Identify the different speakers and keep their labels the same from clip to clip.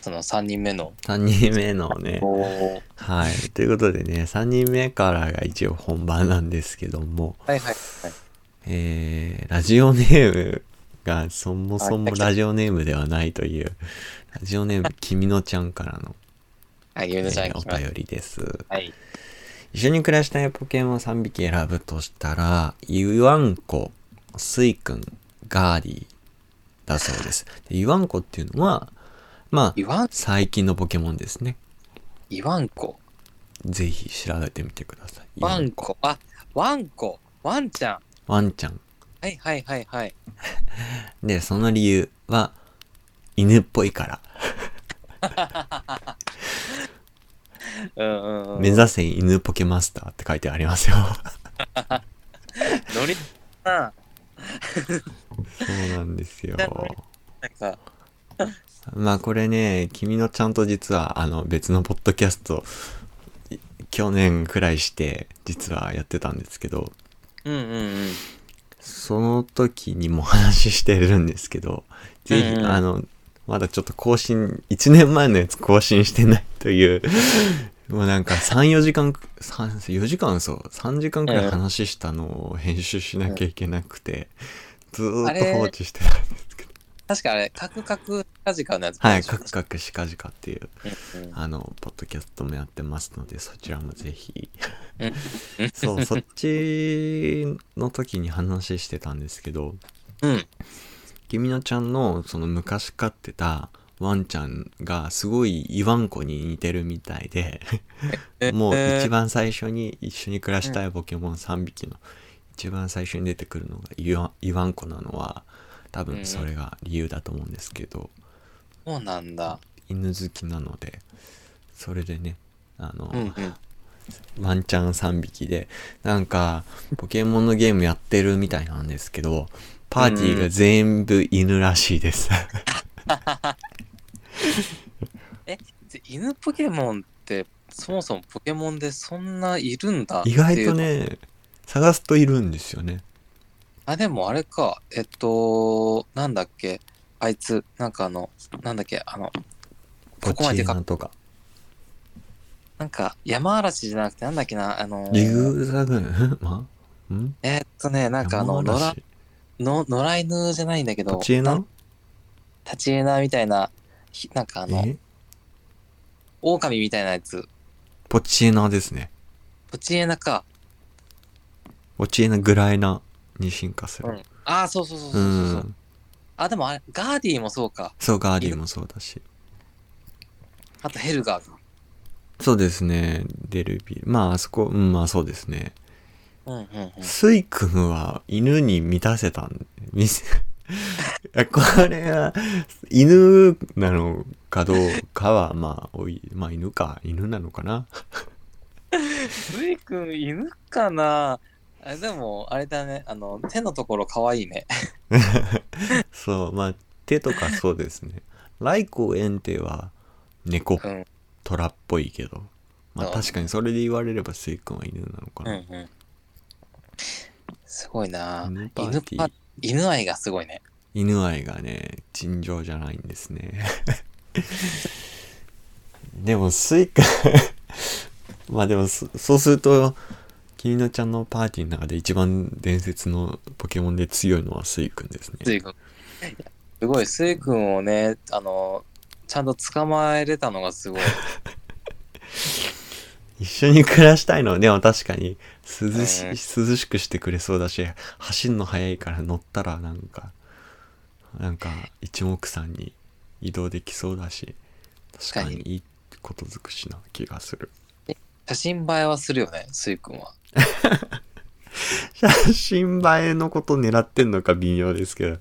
Speaker 1: その3人目の。
Speaker 2: 3人目のね。
Speaker 1: お
Speaker 2: はい。ということでね、3人目からが一応本番なんですけども、
Speaker 1: はいはいはい。
Speaker 2: えー、ラジオネームがそもそもラジオネームではないという、ラジオネーム、君のちゃんからの、
Speaker 1: あ、ゆう
Speaker 2: え
Speaker 1: のちゃん行
Speaker 2: ーお
Speaker 1: きます。
Speaker 2: 便りです。
Speaker 1: はい。
Speaker 2: 一緒に暮らしたいポケモンを3匹選ぶとしたら、ユワンコ、スイくん、ガーリーだそうです。でユワンコっていうのは、まあ、
Speaker 1: 言わん、
Speaker 2: 最近のポケモンですね。
Speaker 1: 言わんこ。
Speaker 2: ぜひ調べてみてください。ユ
Speaker 1: わんこ。あ、わんこ。わんちゃん。
Speaker 2: ワンちゃん。
Speaker 1: はいはいはいはい。
Speaker 2: で、その理由は、犬っぽいから。
Speaker 1: うんうんうん。
Speaker 2: 目指せ犬ポケマスターって書いてありますよ。
Speaker 1: ノリ、うん。
Speaker 2: そうなんですよ。
Speaker 1: なんか、
Speaker 2: まあこれね、君のちゃんと実は、あの、別のポッドキャスト、い去年くらいして、実はやってたんですけど、
Speaker 1: うんうんうん。
Speaker 2: その時にもお話ししてるんですけど、ぜひ、
Speaker 1: うんうん
Speaker 2: あの、まだちょっと更新、1年前のやつ更新してない という、もうなんか3、4時間、3、4時間そう、3時間くらい話したのを編集しなきゃいけなくて、ずーっと放置してたんですけど、
Speaker 1: 確かあれ、カクカクラジカのやつ。
Speaker 2: はい、カクカクシカジカっていう、
Speaker 1: うんうん
Speaker 2: あの、ポッドキャストもやってますので、そちらもぜひ
Speaker 1: うん。
Speaker 2: そう、そっちの時に話してたんですけど、
Speaker 1: うん。
Speaker 2: 君のちゃんのその昔飼ってたワンちゃんがすごいイワンコに似てるみたいで、 もう一番最初に一緒に暮らしたいポケモン3匹の一番最初に出てくるのがイワイワンコなのは、多分それが理由だと思うんですけど、
Speaker 1: そうなんだ。
Speaker 2: 犬好きなのでそれでねあの、
Speaker 1: うんうん。
Speaker 2: ワンチャン3匹でなんかポケモンのゲームやってるみたいなんですけどパーティーが全部犬らしいです、
Speaker 1: で犬ポケモンって、そもそもポケモンでそんないるんだってい
Speaker 2: 意
Speaker 1: う。
Speaker 2: 外と。ね探すといるんですよね
Speaker 1: あ、でもあれか。えっと、なんだっけ。あいつ、なんかあの、なんだっけ、あの、こ
Speaker 2: ポチ
Speaker 1: こまで
Speaker 2: ー
Speaker 1: か
Speaker 2: ナとか
Speaker 1: なんか、山嵐じゃなくて、なんだっけな、あのー
Speaker 2: リグザグン まん
Speaker 1: えーっとね、なんかあの、野良
Speaker 2: 山嵐、
Speaker 1: の野良犬じゃないんだけど、
Speaker 2: ポチエ
Speaker 1: な
Speaker 2: ナ
Speaker 1: 立ち絵なみたいな、ひなんかあの、
Speaker 2: え
Speaker 1: 狼みたいなやつ、
Speaker 2: ポチエナですね
Speaker 1: 立ち絵なか。
Speaker 2: ポチエナぐらいなに進化す
Speaker 1: うん。
Speaker 2: る
Speaker 1: ああ、そうそうそう
Speaker 2: う
Speaker 1: そうそうそう。
Speaker 2: ん
Speaker 1: あ、でもあれ、ガーディもそうか。
Speaker 2: そうガーディもそうだし
Speaker 1: あとヘルガーか。
Speaker 2: そうですね。デルビー。まあ、あそこ、うん、まあそうですね。
Speaker 1: うんうんうん。
Speaker 2: スイ君は犬に満たせたん、見せ、 いやこれは、犬なのかどうかは、まあ、おい、まあ犬か、犬なのかな。
Speaker 1: スイ君、犬かなあでも、あれだね、あの、手のところかわいいね。
Speaker 2: そう、まあ、手とかそうですね。来光園亭は、猫
Speaker 1: う、ん、
Speaker 2: 虎っぽいけど。まあ
Speaker 1: そう
Speaker 2: 確かにそれで言われればスイ君は犬なの
Speaker 1: う
Speaker 2: か
Speaker 1: ん、う
Speaker 2: な。
Speaker 1: ん。すごいな
Speaker 2: 犬パー
Speaker 1: 犬
Speaker 2: ティ
Speaker 1: パ
Speaker 2: ー。
Speaker 1: 犬愛がすごいね。
Speaker 2: 犬愛がね尋常じゃないんですね でもスイカ まあでもそそうすると君のちゃんのパーティーの中で一番伝説のポケモンで強いのはスイくんです
Speaker 1: ス
Speaker 2: ね
Speaker 1: イ君。すごい、スイ君をね、あの、ちゃんと捕まえれたのが すごい。
Speaker 2: 一緒に暮らしたいのでも確かに涼し,、
Speaker 1: うん
Speaker 2: 涼しくしてくれそうだし走るの早いから乗ったらなんかなんか一目散に移動できそうだし確か
Speaker 1: 確
Speaker 2: に
Speaker 1: か
Speaker 2: いいこと尽くしな気がする
Speaker 1: 写真映えはするよね、スイ君は。
Speaker 2: 写真映えのこと狙ってんのか微妙ですけど、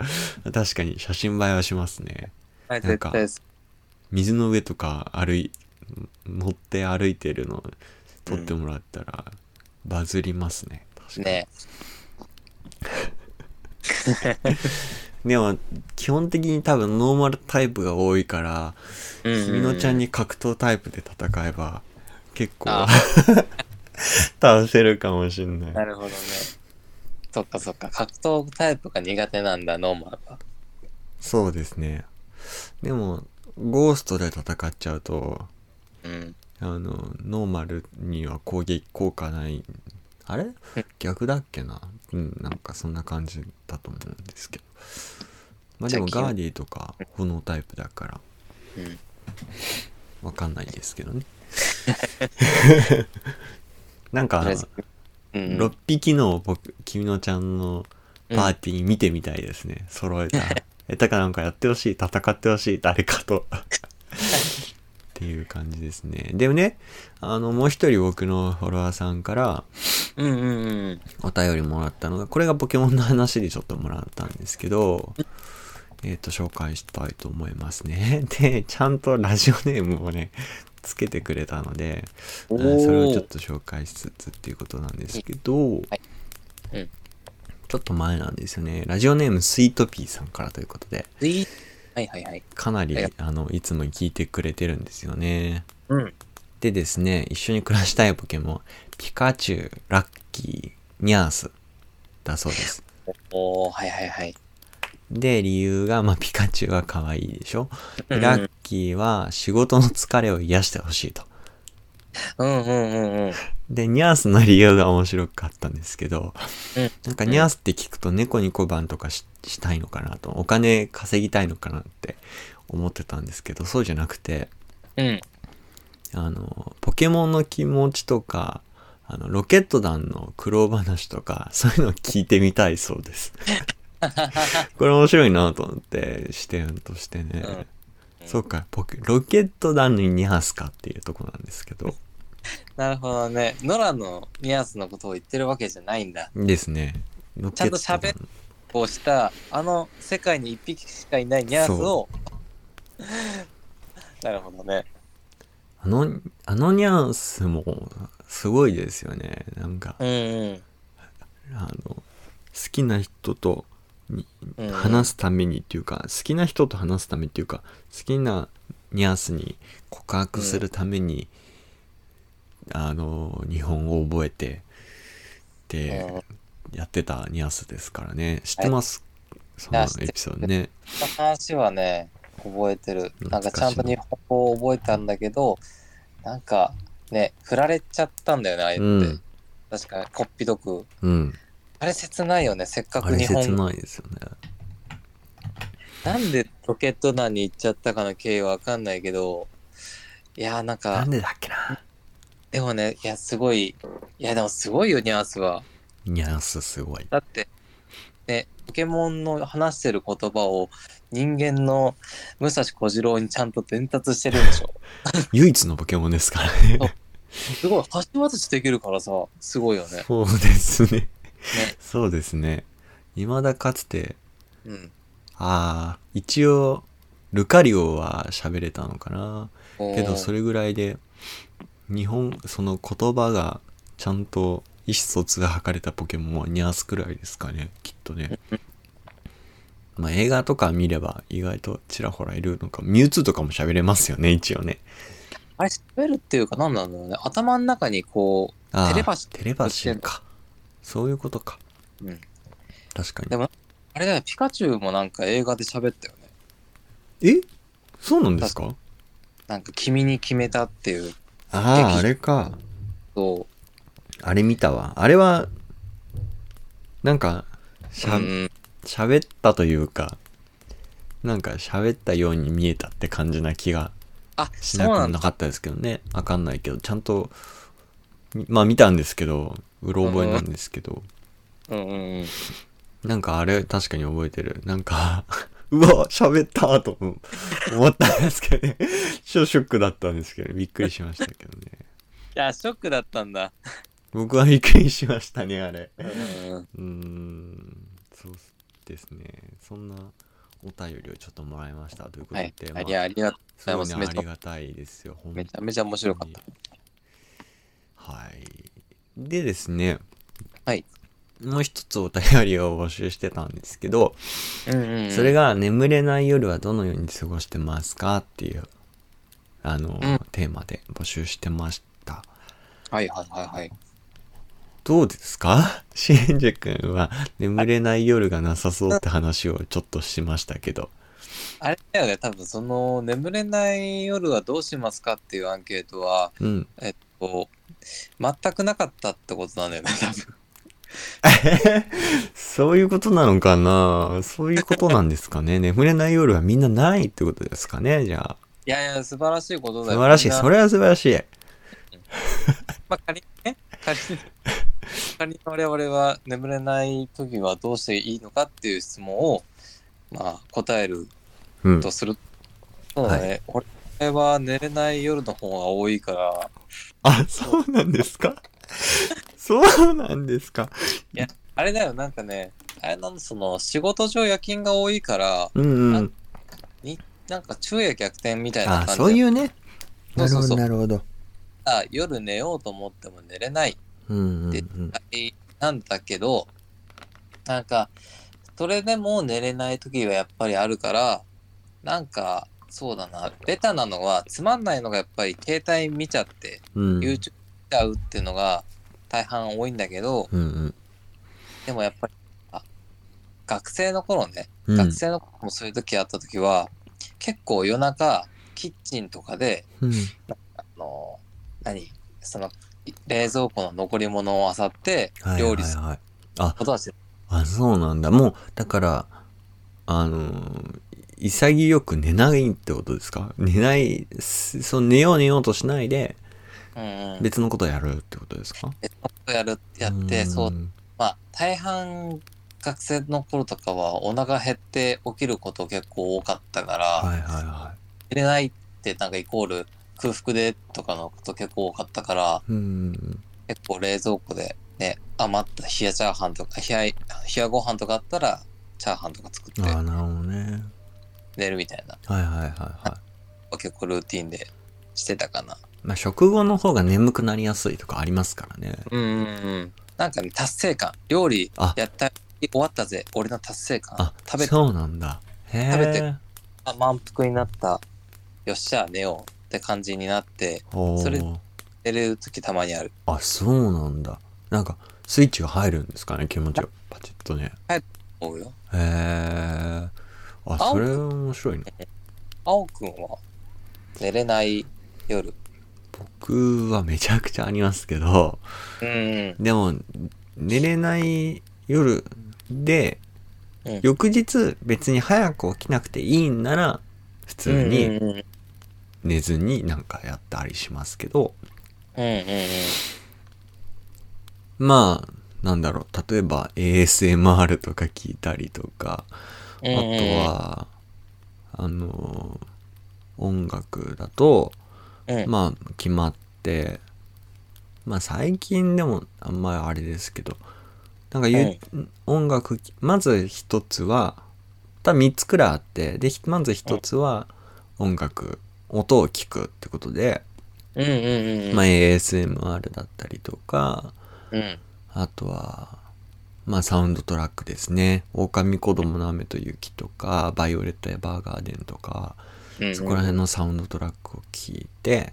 Speaker 2: 確かに写真映えはしますね。
Speaker 1: はい、
Speaker 2: なん
Speaker 1: 絶
Speaker 2: か
Speaker 1: 対です。
Speaker 2: 水の上とか歩い、乗って歩いてるの撮ってもらったらバズりますね。確かに
Speaker 1: ね
Speaker 2: でも、基本的に多分ノーマルタイプが多いから、
Speaker 1: え。う
Speaker 2: 君のちゃん
Speaker 1: に。
Speaker 2: に格闘タイプで戦えば、結構
Speaker 1: あ、
Speaker 2: 倒せるかもしんな。
Speaker 1: ないるほどね。そっかそっか、格闘タイプが苦手なんだ、ノーマルは。
Speaker 2: そうですね。でも、ゴーストで戦っちゃうと
Speaker 1: うん。
Speaker 2: あのノーマルには攻撃効果ないあれ逆だっけなうんなんかそんな感じだと思うんですけどまあでも
Speaker 1: じゃあ
Speaker 2: ガーディとか炎タイプだから
Speaker 1: うん。
Speaker 2: わかんないですけどね なんか
Speaker 1: とりあえずうん。
Speaker 2: 6匹の僕君のちゃんのパーティー見てみたいですね、揃 えたらえだからなんかやってほしい戦ってほしい誰かと っていう感じですねでもねあのもう一人僕のフォロワーさんから
Speaker 1: うんうんうん。
Speaker 2: お便りもらったのがこれがポケモンの話でちょっともらったんですけどえっ、と紹介したいと思いますね でちゃんとラジオネームをねつけてくれたので
Speaker 1: お
Speaker 2: うんそれをちょっ
Speaker 1: ー。
Speaker 2: と紹介しつつっていうことなんですけど、
Speaker 1: うん
Speaker 2: ちょっと前なんですよねラジオネームスイートピーさんからということで
Speaker 1: ツイーはいはいはい。
Speaker 2: かなり
Speaker 1: はい
Speaker 2: あのいつも聞いてくれてるんですよね
Speaker 1: うん。
Speaker 2: でですね一緒に暮らしたいポケモンピカチュウラッキーニャースだそうです
Speaker 1: おー、はいはいはい。
Speaker 2: で理由が、まあ、ピカチュウは可愛いでしょ
Speaker 1: うん
Speaker 2: ラッキーは仕事の疲れを癒してほしいと
Speaker 1: うんうんうんうん。
Speaker 2: で、ニャースの理由が面白かったんですけど、
Speaker 1: うん
Speaker 2: なんかニャースって聞くと猫に小判とかししたいのかなと、お金稼ぎたいのかなって思ってたんですけど、そうじゃなくて、
Speaker 1: うん。
Speaker 2: あの、ポケモンの気持ちとか、あの、ロケット団の苦労話とか、 そういうのを聞いてみたいそう です。これ面白いなと思って、視点としてね。
Speaker 1: うん
Speaker 2: そうか、ポケ、ロケット団のニャースかっていうとこなんですけど、
Speaker 1: なるほどね。ノラのニャースのことを言ってるわけじゃないんだ。
Speaker 2: ですね。ロケット
Speaker 1: ちゃんと
Speaker 2: 団
Speaker 1: 喋こうした、あの世界に一匹しかいないニャースを。なるほどね。
Speaker 2: あの、あのニャンスもすごいですよね。なんか、
Speaker 1: うんうん。
Speaker 2: あの、好きな人とに
Speaker 1: うん
Speaker 2: 話すためにっていうか、好きな人と話すためっていうか、好きなニャンスに告白するために、あの、日本語を覚えて、で、やってたニャンスですからね。知ってます、その
Speaker 1: あ知ってる
Speaker 2: エピソードね。
Speaker 1: この話はね、覚えてる。なんかちゃんと日本語を覚えたんだけど、なんかね、振られちゃったんだよね、あれって。
Speaker 2: うん。
Speaker 1: 確かに、こっぴどく。
Speaker 2: うん。
Speaker 1: あれ切ないよね、せっか
Speaker 2: あ
Speaker 1: く
Speaker 2: れ
Speaker 1: 日
Speaker 2: 切
Speaker 1: 本。
Speaker 2: ないですよね。
Speaker 1: なんでロケット団に行っちゃったかの経緯はわかんないけど、いやーなん
Speaker 2: な
Speaker 1: か
Speaker 2: ん、でだっけな。
Speaker 1: でもね、いや、すごい、いや、でもすごいよ、ニャースは。
Speaker 2: ニャンスすごい。
Speaker 1: だって、ね、ポケモンの話してる言葉を人間の武蔵小次郎にちゃんと伝達してるんで しょ。
Speaker 2: 唯一のポケモンですからね。
Speaker 1: すごい、橋渡しできるからさ、すごいよね。
Speaker 2: そうですね。 そうですね。未だかつて、
Speaker 1: うん。
Speaker 2: ああ、一応、ルカリオは喋れたのかな。けど、そ
Speaker 1: れ、
Speaker 2: れぐらいで、日本、その言葉が、ちゃんと意思疎通が図れたポケモンはニャースくらいですかね、きっとね。まあ、映画とか見れば、意外とちらほらいるのか、ミュウツーとかも喋れますよね、一応ね。
Speaker 1: あれ、喋るっていうか何なんだろうね。頭の中にこ
Speaker 2: ああ、
Speaker 1: テレパシー
Speaker 2: テレパシーか。そういうことか。
Speaker 1: う、うん。
Speaker 2: 確かに
Speaker 1: で。もあれだよ、ピカチュウもなんか映画で喋ったよね。
Speaker 2: えそうなんですか
Speaker 1: なんか、君に決めたっていう
Speaker 2: ああ、
Speaker 1: 劇
Speaker 2: あれか。
Speaker 1: と、
Speaker 2: あれ見たわ。あれは、なんか、しゃ
Speaker 1: う、ん、
Speaker 2: 喋ったというか、なんか喋ったように見えたって感じな気が
Speaker 1: あ、
Speaker 2: し
Speaker 1: そ
Speaker 2: な
Speaker 1: う
Speaker 2: く
Speaker 1: な
Speaker 2: も
Speaker 1: ん
Speaker 2: な
Speaker 1: だ。
Speaker 2: かったですけどね。わかんないけど、ちゃんと、みまあ見たんですけど、うろ覚えなんですけど、
Speaker 1: うんうんうん。
Speaker 2: なんかあれ確かに覚えてる。なんか、 うわ、喋ったと思う思ったんですけどね。ちょっとショックだったんですけど、びっくりしましたけどね。
Speaker 1: いや、ショックだったんだ。
Speaker 2: 僕はびっくりしましたね、あれ。
Speaker 1: うんうん
Speaker 2: うーん、そうですね。そんなお便りをちょっともらいましたというこ
Speaker 1: は
Speaker 2: と
Speaker 1: いあ
Speaker 2: で、。
Speaker 1: り
Speaker 2: まあ
Speaker 1: がありがとう
Speaker 2: すごいね
Speaker 1: ございますめ
Speaker 2: あ
Speaker 1: っちゃ
Speaker 2: りがたいですよ。。
Speaker 1: めちゃめちゃ面白かった
Speaker 2: はい。でですね、
Speaker 1: はい。
Speaker 2: もう一つお便りを募集してたんですけど、
Speaker 1: た。うんうんうん。
Speaker 2: それが眠れない夜はどのように過ごしてますかっていう、あの、
Speaker 1: うん
Speaker 2: テーマで募集してました。
Speaker 1: はいはいはいはい。ど
Speaker 2: どうですか シエンジェ君は眠れない夜がなさそうって話をちょっとしましたけど。
Speaker 1: あれだよね、多分その、眠れない夜はどうしますかっていうアンケートは、
Speaker 2: うん。
Speaker 1: えっと、全くなかったってことなんだよね、多 分。
Speaker 2: そういうことなのかなそういうことなんですかね。 眠れない夜はみんなないってことですかねじゃあ。
Speaker 1: いやいや、素晴らしいこと
Speaker 2: 素
Speaker 1: だよ
Speaker 2: 晴らしい。
Speaker 1: みんな
Speaker 2: それは素晴らしい。
Speaker 1: まあ、仮にね、仮 に、仮に我々は眠れない時はどうしていいのかっていう質問を、まあ、答える
Speaker 2: うん
Speaker 1: と。する。そうだね。俺は寝れない夜の方が多いから、
Speaker 2: あ、そうなんですか そうなんですか
Speaker 1: あれだよ、なんかね、あれなの、その、仕事上夜勤が多いから、
Speaker 2: うんうん。
Speaker 1: なんか昼夜逆転みたいな
Speaker 2: あ
Speaker 1: 感、じで
Speaker 2: そういうね。
Speaker 1: そうそうそう
Speaker 2: なるほど。
Speaker 1: あ夜寝ようと思っても寝れない
Speaker 2: うんうんうん。
Speaker 1: なんだけど、なんか、それでも寝れない時はやっぱりあるから、なんか、そうだな、ベタなのは、つまんないのがやっぱり携帯見ちゃって、
Speaker 2: うん。
Speaker 1: YouTube 見ちゃうっていうのが大半多いんだけど、
Speaker 2: うんうん。
Speaker 1: でもやっぱり、あ学生の頃ね、
Speaker 2: うん
Speaker 1: 学生の頃もそういう時あった時は、結構夜中、キッチンとかで、
Speaker 2: うん
Speaker 1: あの、何その、冷蔵庫の残り物を漁って
Speaker 2: はい
Speaker 1: 料理する
Speaker 2: はいはいあ、
Speaker 1: ことはしてる。
Speaker 2: あ、そうなんだ。もう、だから、あのー、潔く寝ないってことですか寝ない、すその寝よう寝ようとしないで、
Speaker 1: うんうん。
Speaker 2: 別のことやるってことですか
Speaker 1: 別のことやる、やって、そう、。まあ、大半、学生の頃とかはお腹減って起きること結構多かったから、
Speaker 2: はいはいは
Speaker 1: 寝れないってなんかイコール空腹でとかのこと結構多かったから、
Speaker 2: い。うん。
Speaker 1: 結構冷蔵庫でね、余った冷やチャーハンとか、冷や、冷やご飯とかあったら、チャーハンとか作って
Speaker 2: ああ、なるほどね。
Speaker 1: 寝るみたいな、
Speaker 2: はいはいはいはい。
Speaker 1: 結構ルーティンでしてたかな。
Speaker 2: まあ、食後の方が眠くなりやすいとかありますからね。
Speaker 1: うんうんうん。なんかね、達成感。料理
Speaker 2: あ
Speaker 1: やった、終わったぜ。俺の達成感
Speaker 2: あ。、
Speaker 1: 食べ
Speaker 2: そうなんだ。へえ。
Speaker 1: 食べて。た満腹になった。よっしゃ、寝ようって感じになって、
Speaker 2: おー
Speaker 1: それ寝れる時たまにある。
Speaker 2: あ、そうなんだ。なんか、スイッチが入るんですかね、気持ちが。パチッとね。
Speaker 1: 思うよ。
Speaker 2: へえ。あ、
Speaker 1: 青
Speaker 2: それ面白いな。
Speaker 1: 青くんは、寝れない夜。
Speaker 2: 僕はめちゃくちゃありますけど、
Speaker 1: うんうん。
Speaker 2: でも、寝れない夜で、
Speaker 1: うん
Speaker 2: 翌日別に早く起きなくていいんなら、普通
Speaker 1: うん
Speaker 2: に
Speaker 1: うんうん。
Speaker 2: 寝ずになんかやったりしますけど、
Speaker 1: うんうんうん。
Speaker 2: まあ、なんだろう、例えば ASMR とか聞いたりとか、
Speaker 1: うん
Speaker 2: あ
Speaker 1: う
Speaker 2: と
Speaker 1: んうん
Speaker 2: は、あのー音楽だと、
Speaker 1: うん
Speaker 2: まあ、決まって、まあ、最近でも、あんまりあれですけど、なんかゆ、音楽、まず一つは、多分三つくらいあって、で、ひまず一つは、音楽、音を聞くってことで、
Speaker 1: うんうんうんうん。
Speaker 2: まあ、ASMR だったりとか、
Speaker 1: うん。
Speaker 2: あとは、まあサウンドトラックですね。狼子供の雨と雪とか、バイオレットやバーガーデンとか、
Speaker 1: うんうん
Speaker 2: そこら辺のサウンドトラックを聞いて、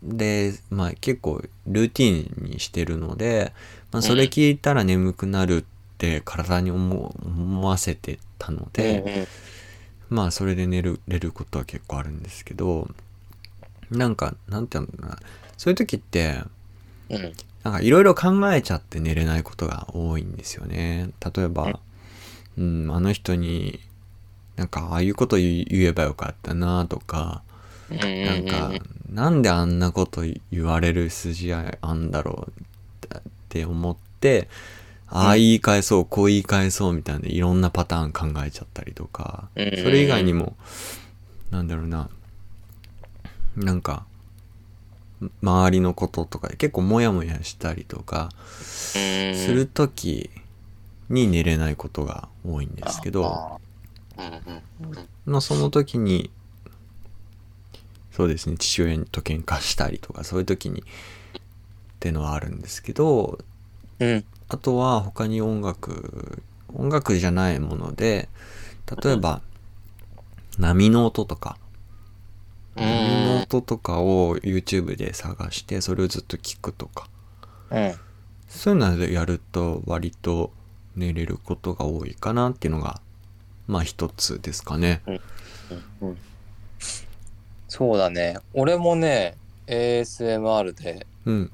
Speaker 2: で、まあ結構ルーティンにしてるので、まあそれ聞いたら眠くなるって体に思思わせてたので、
Speaker 1: うんうん
Speaker 2: まあそれで寝るれることは結構あるんですけど、なんか、なんていうのかな。そういう時って、
Speaker 1: うん
Speaker 2: なんかいろいろ考えちゃって寝れないことが多いんですよね。例えば、うん、あの人に、なんかああいうこと言言えばよかったなとか、
Speaker 1: うんうん
Speaker 2: なんか、なんであんなこと言われる筋合いあんだろうって思って、ああ言い返そう、こう言い返そうみたいなんでいろんなパターン考えちゃったりとか、
Speaker 1: うんうんうん
Speaker 2: それ以外にも、なんだろうな、なんか、周りのこととかで結構モヤモヤしたりとか、
Speaker 1: す
Speaker 2: するときに寝れないことが多いんですけど、。
Speaker 1: うんうんうん。
Speaker 2: まあその時に、そうですね、父親と喧嘩したりとか、そういう時に、ってのはあるんですけど、
Speaker 1: うん
Speaker 2: あとは他に音楽、音楽じゃないもので、例えば、波の音とか、
Speaker 1: うん
Speaker 2: 波の音とかを YouTube で探して、それをずっと聞くとか、
Speaker 1: うん。
Speaker 2: そういうのやると割と寝れることが多いかなっていうのが、まあ一つですかね。
Speaker 1: うんそうだね。俺もね、ASMR で
Speaker 2: うん。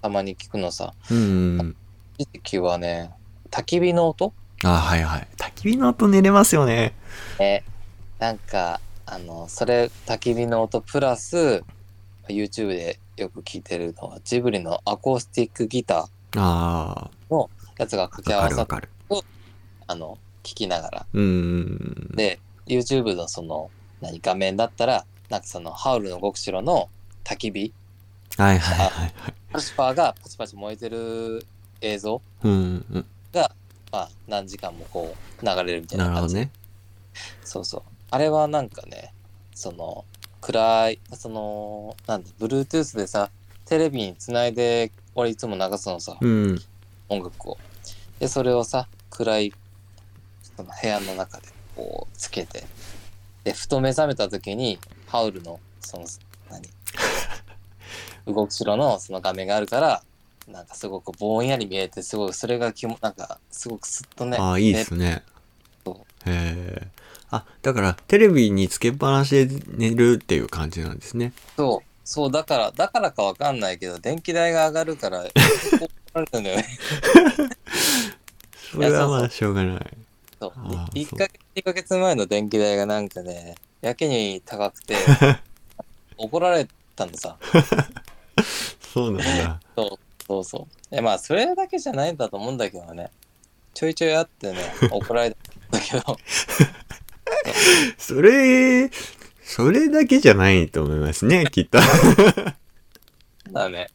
Speaker 1: たまに聞くのさ、
Speaker 2: うんうんうん。
Speaker 1: 一時期はね、焚き火の音
Speaker 2: あ、はいはい。焚き火の後寝れますよね。
Speaker 1: え、なんか、あの、それ、焚き火の音プラス、YouTube でよく聞いてるのは、ジブリのアコースティックギタ
Speaker 2: あ
Speaker 1: ーやつが掛
Speaker 2: あ、
Speaker 1: け合
Speaker 2: わか
Speaker 1: わ
Speaker 2: る
Speaker 1: さ
Speaker 2: わ
Speaker 1: って、
Speaker 2: かる。
Speaker 1: あの、聞きながら。
Speaker 2: うんうんうん。
Speaker 1: で、YouTube のその、何、画面だったら、なんかその、ハウルの極白の焚き火、
Speaker 2: はいはいはいはい。
Speaker 1: パシュパーがパチパチ燃えてる映像
Speaker 2: うんうん。
Speaker 1: が、まあ、何時間もこう、流れるみたい
Speaker 2: な
Speaker 1: な
Speaker 2: るほ
Speaker 1: 感
Speaker 2: ど
Speaker 1: じ。
Speaker 2: ね。
Speaker 1: そうそう。あれはなんかね、その、暗い、その、なんだ、Bluetooth でさ、テレビにつないで、俺いつも流すのさ、
Speaker 2: うん。
Speaker 1: 音楽を。で、それをさ、暗い、その部屋の中で、こう、つけて。で、ふと目覚めた時に、ハウルの、その、何動く城のその画面があるから、なんかすごくぼんやり見えて、すごい、それがきも、なんか、すごくすっとね。
Speaker 2: ああ、いいで
Speaker 1: です
Speaker 2: ね
Speaker 1: そ。
Speaker 2: へえ。あ、だから、テレビにつけっぱなしで寝るっていう感じなんですね。
Speaker 1: そう、そう、だから、だからかわかんないけど、電気代が上がるから、怒られたんだよね。
Speaker 2: それはま
Speaker 1: い
Speaker 2: あ、しょうがない。
Speaker 1: そう
Speaker 2: あ。ー
Speaker 1: 1
Speaker 2: そう
Speaker 1: ヶ月、2ヶ月前の電気代がなんかね、やけに高くて、 怒られたんださ。
Speaker 2: そうなんだ。
Speaker 1: そうそう。え、まあ、それだけじゃないんだと思うんだけどね。ちょいちょいあってね、怒られたんだけ ど、
Speaker 2: それ、それだけじゃないと思います ね、きっと。
Speaker 1: だね。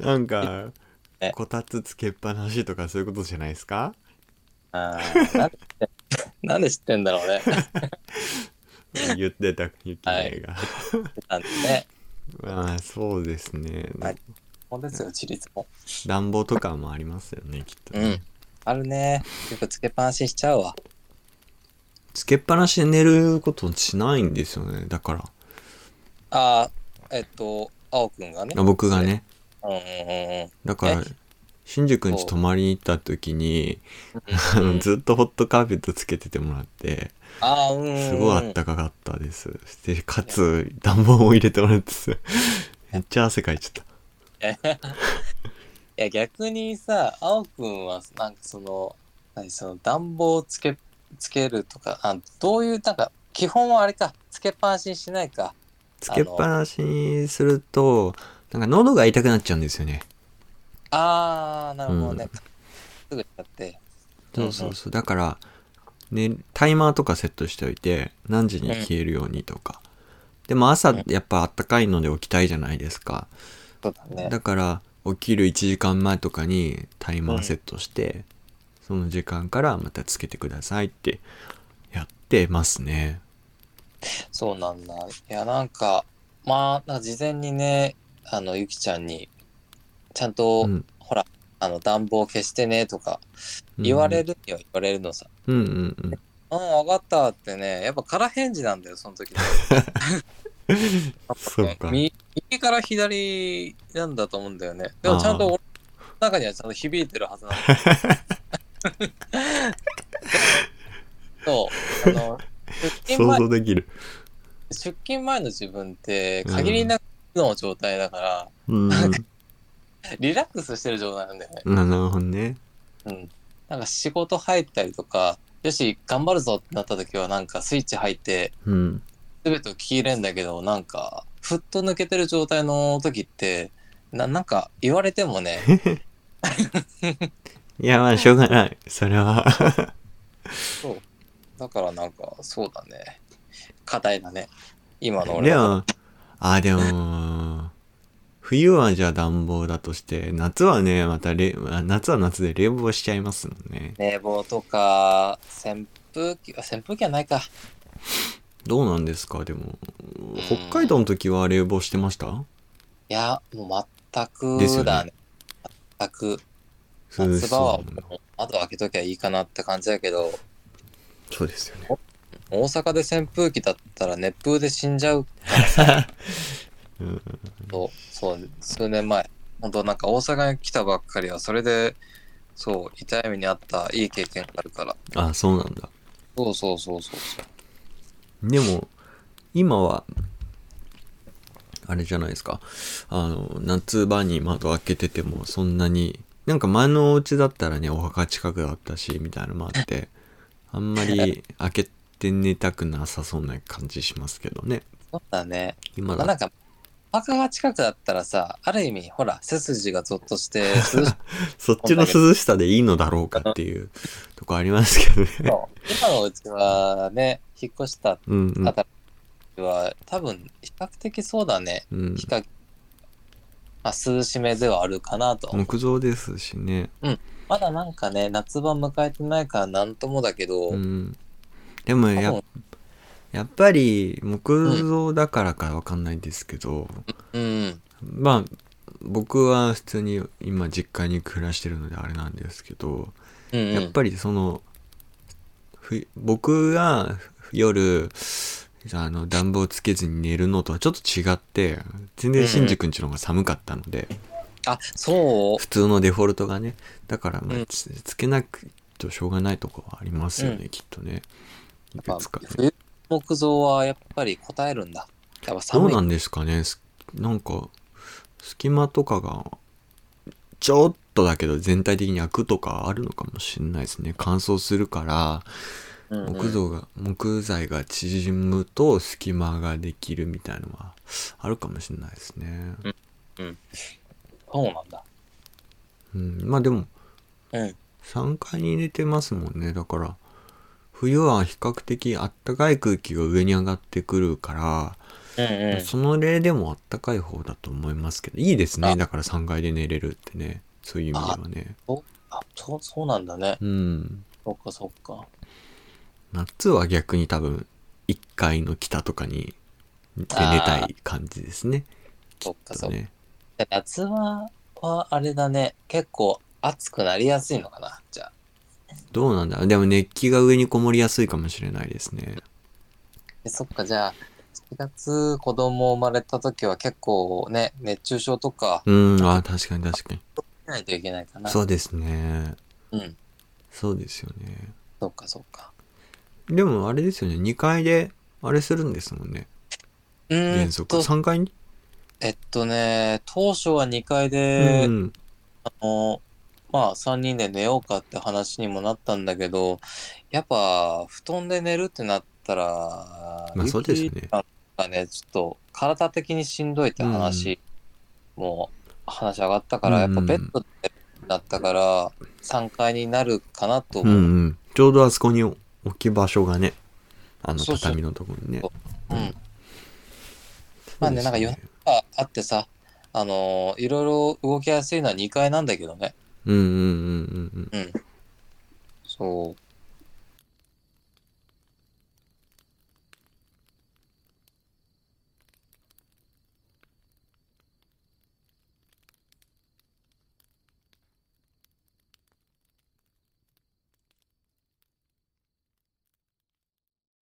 Speaker 2: なんか
Speaker 1: え、
Speaker 2: こたつつけっぱなしとかそういうことじゃないですか
Speaker 1: あーなんで知って、なん で知ってんだろうね。
Speaker 2: 言ってた、ゆきねが。
Speaker 1: なんでね。
Speaker 2: まあ、そうですね。
Speaker 1: はいほんですよ、自立も。
Speaker 2: 暖房とかもありますよね、きっと、
Speaker 1: うん。あるね。よくつけっぱなしにしちゃうわ。
Speaker 2: つけっぱなしで寝ることしないんですよね、だから。
Speaker 1: ああ、えっと、青くんがね。
Speaker 2: あ僕がね。
Speaker 1: うんうんうん
Speaker 2: だから
Speaker 1: え、
Speaker 2: 新宿んち泊まりに行った時に、あ
Speaker 1: うん。
Speaker 2: の ずっとホットカーペットつけててもらって、
Speaker 1: ああ、うんうんうん。
Speaker 2: すごいあったかかったです。で、かつ、暖房も入れてもらってて、めっちゃ汗かいちゃっ
Speaker 1: いや、逆にさ、青くんは、なんかその、何、その暖房をつけ、つけるとか、あどういう、なんか、基本はあれか、つけっぱなしにしないか。
Speaker 2: た。つけっぱなしにすると、なんか喉が痛くなっちゃうんですよね。
Speaker 1: ああ、なるほどね。
Speaker 2: うん
Speaker 1: すぐやって。
Speaker 2: そうそうそう。だから、ね、タイマーとかセットしておいて、何時に消えるようにとか。でも朝、やっぱあったかいので起きたいじゃないですか。
Speaker 1: そうだね。
Speaker 2: だから、起きる1時間前とかにタイマーセットして、その時間からまたつけてくださいってやってますね。
Speaker 1: そうなんだ。いや、なんか、まあ、なんか事前にね、あの、ゆきちゃんに、ちゃんと、
Speaker 2: うん
Speaker 1: ほら、あの、暖房消してね、とか、言われるには言われるのさ。
Speaker 2: うんうんう
Speaker 1: う
Speaker 2: ん。
Speaker 1: ん、分かったってね、やっぱ空返事なんだよ、その時の。
Speaker 2: そう か。
Speaker 1: み右から左なんだと思うんだよね。でもちゃんと
Speaker 2: あー
Speaker 1: 俺の中にはちゃんと響いてるは ずなんだ。そう。あの、出勤
Speaker 2: 想
Speaker 1: 前、
Speaker 2: 像できる。
Speaker 1: 出勤前の自分って限りなくの状態だから、
Speaker 2: うん。な
Speaker 1: リラックスしてる状態なんだよね。
Speaker 2: なるほどね。
Speaker 1: うん。なんか仕事入ったりとか、よし、頑張るぞってなった時はなんかスイッチ入って、
Speaker 2: うん。
Speaker 1: 全てを聞き入れんだけどなんかふっと抜けてる状態の時ってななんか言われてもね
Speaker 2: いや、まあ、しょうがない。それは。
Speaker 1: そうだからなんかそうだね課題だね今の俺
Speaker 2: で
Speaker 1: は
Speaker 2: も、あ、でも、冬はじゃあ暖房だとして、夏はね、またれ、あ夏は夏で冷房しちゃいますもんね。
Speaker 1: 冷房とか扇風機あ扇風機はないか
Speaker 2: どうなんですかでも、北海道の時は冷房してました
Speaker 1: いやもう全
Speaker 2: です
Speaker 1: く
Speaker 2: よね
Speaker 1: だね全く
Speaker 2: そう
Speaker 1: 夏場は
Speaker 2: そ
Speaker 1: も
Speaker 2: う
Speaker 1: う窓開けときゃいいかなって感じだけど
Speaker 2: そうですよね。
Speaker 1: 大阪で扇風機だったら熱風で死んじ ゃう
Speaker 2: うん、
Speaker 1: そう、そう、数年前。本当なんか大阪に来たばっかりは、それで、そう、痛い目にあったいい経験があるから。
Speaker 2: あ、そうなんだ。
Speaker 1: そうそうそうそうそう。
Speaker 2: でも、今は、あれじゃないですか。あの、夏場に窓開けててもそんなに、なんか前のお家だったらね、お墓近くだったし、みたいなのもあって、あん まり開けて寝たくなさそうな感じしますけどね。
Speaker 1: そうだね。
Speaker 2: 今
Speaker 1: まあ、
Speaker 2: だ
Speaker 1: なんか、お墓が近くだったらさ、ある意味、ほら、背筋がゾッとして 涼しい。
Speaker 2: そっちの涼しさでいいのだろうかっていうとこありますけどね。
Speaker 1: 今のうちはね、引っ越した
Speaker 2: うん
Speaker 1: 新しい家は、多分、比較的そうだね。
Speaker 2: うん。うん
Speaker 1: 比。較、まあ、涼しめではあるかなと。
Speaker 2: 木造ですしね。
Speaker 1: まだなんかね、夏場迎えてないからなんともだけど、
Speaker 2: うん。でも
Speaker 1: 多
Speaker 2: や
Speaker 1: 分
Speaker 2: やっぱり木造だからかわかんないですけど、
Speaker 1: うん、
Speaker 2: まあ僕は普通に今実家に暮らしてるのであれなんですけど、
Speaker 1: うん、うん。
Speaker 2: やっぱりそのふ僕が夜あの暖房つけずに寝るのとはちょっと違って全然新宿んちの方が寒かったので、
Speaker 1: あ、そう。
Speaker 2: 普通のデフォルトがねだからまあ
Speaker 1: うん
Speaker 2: つ,、けなくとしょうがないとこはありますよね、きっとねい
Speaker 1: やっ
Speaker 2: く
Speaker 1: ぱ
Speaker 2: つかね
Speaker 1: 冬の木造はやっぱり答えるんだ。やっぱ
Speaker 2: どう
Speaker 1: 寒い。
Speaker 2: な
Speaker 1: うん
Speaker 2: ですかねすなんか隙間とかがちょっとだけど全体的に開くとかあるのかもしれないですね乾燥するから
Speaker 1: んうん
Speaker 2: 木造が木材が縮むと隙間ができるみたいのはあるかもしれないですね、
Speaker 1: そうなんだ。
Speaker 2: うん、まあでも
Speaker 1: うん。
Speaker 2: 3階に寝てますもんねだから冬は比較的あったかい空気が上に上がってくるか
Speaker 1: うん
Speaker 2: ら、
Speaker 1: うん。
Speaker 2: その例でもあったかい方だと思いますけどいいですね
Speaker 1: あ
Speaker 2: だから3階で寝れるってねそういう意味ではね
Speaker 1: あ、そう、そうなんだね。
Speaker 2: うん
Speaker 1: そっかそっか。
Speaker 2: 夏は逆に多分1階の北とかにで寝たい感じですね
Speaker 1: そっかそっか。
Speaker 2: ね
Speaker 1: 夏は、はあれだね。結構暑くなりやすいのかな。じゃあ。
Speaker 2: どうなんだでも熱気が上にこもりやすいかもしれないですね。
Speaker 1: でそっか、じゃあ、7月子供生まれた時は結構ね、熱中症とか
Speaker 2: うん、あ、確かに確かに。
Speaker 1: しないといけないかな。
Speaker 2: そうですね。
Speaker 1: うん。
Speaker 2: そうですよね。
Speaker 1: そっかそっか。
Speaker 2: でもあれですよね、2階で、あれするんですもんね。
Speaker 1: うー
Speaker 2: 原
Speaker 1: ん
Speaker 2: 則。
Speaker 1: と、
Speaker 2: 3階に、
Speaker 1: えっとね、当初は2階で、
Speaker 2: うん。
Speaker 1: あの、まあ3人で寝ようかって話にもなったんだけど、やっぱ布団で寝るってなったら、
Speaker 2: まあそうですよね
Speaker 1: なんかね、ちょっと体的にしんどいって話、もう話上がったから、やっぱベッドで寝るってなったから、3階になるかなと
Speaker 2: う
Speaker 1: 思
Speaker 2: ん
Speaker 1: う。
Speaker 2: うん。ちょうどあそこに置き場所がね、あの
Speaker 1: そうそう
Speaker 2: 畳のとこにね。
Speaker 1: うん
Speaker 2: うん
Speaker 1: まあね、なんか
Speaker 2: そうです
Speaker 1: 夜
Speaker 2: ね
Speaker 1: 中があってさ、あのいろいろ動きやすいのは2階なんだけどね。
Speaker 2: うんうんうんうんうん。
Speaker 1: うん。そう。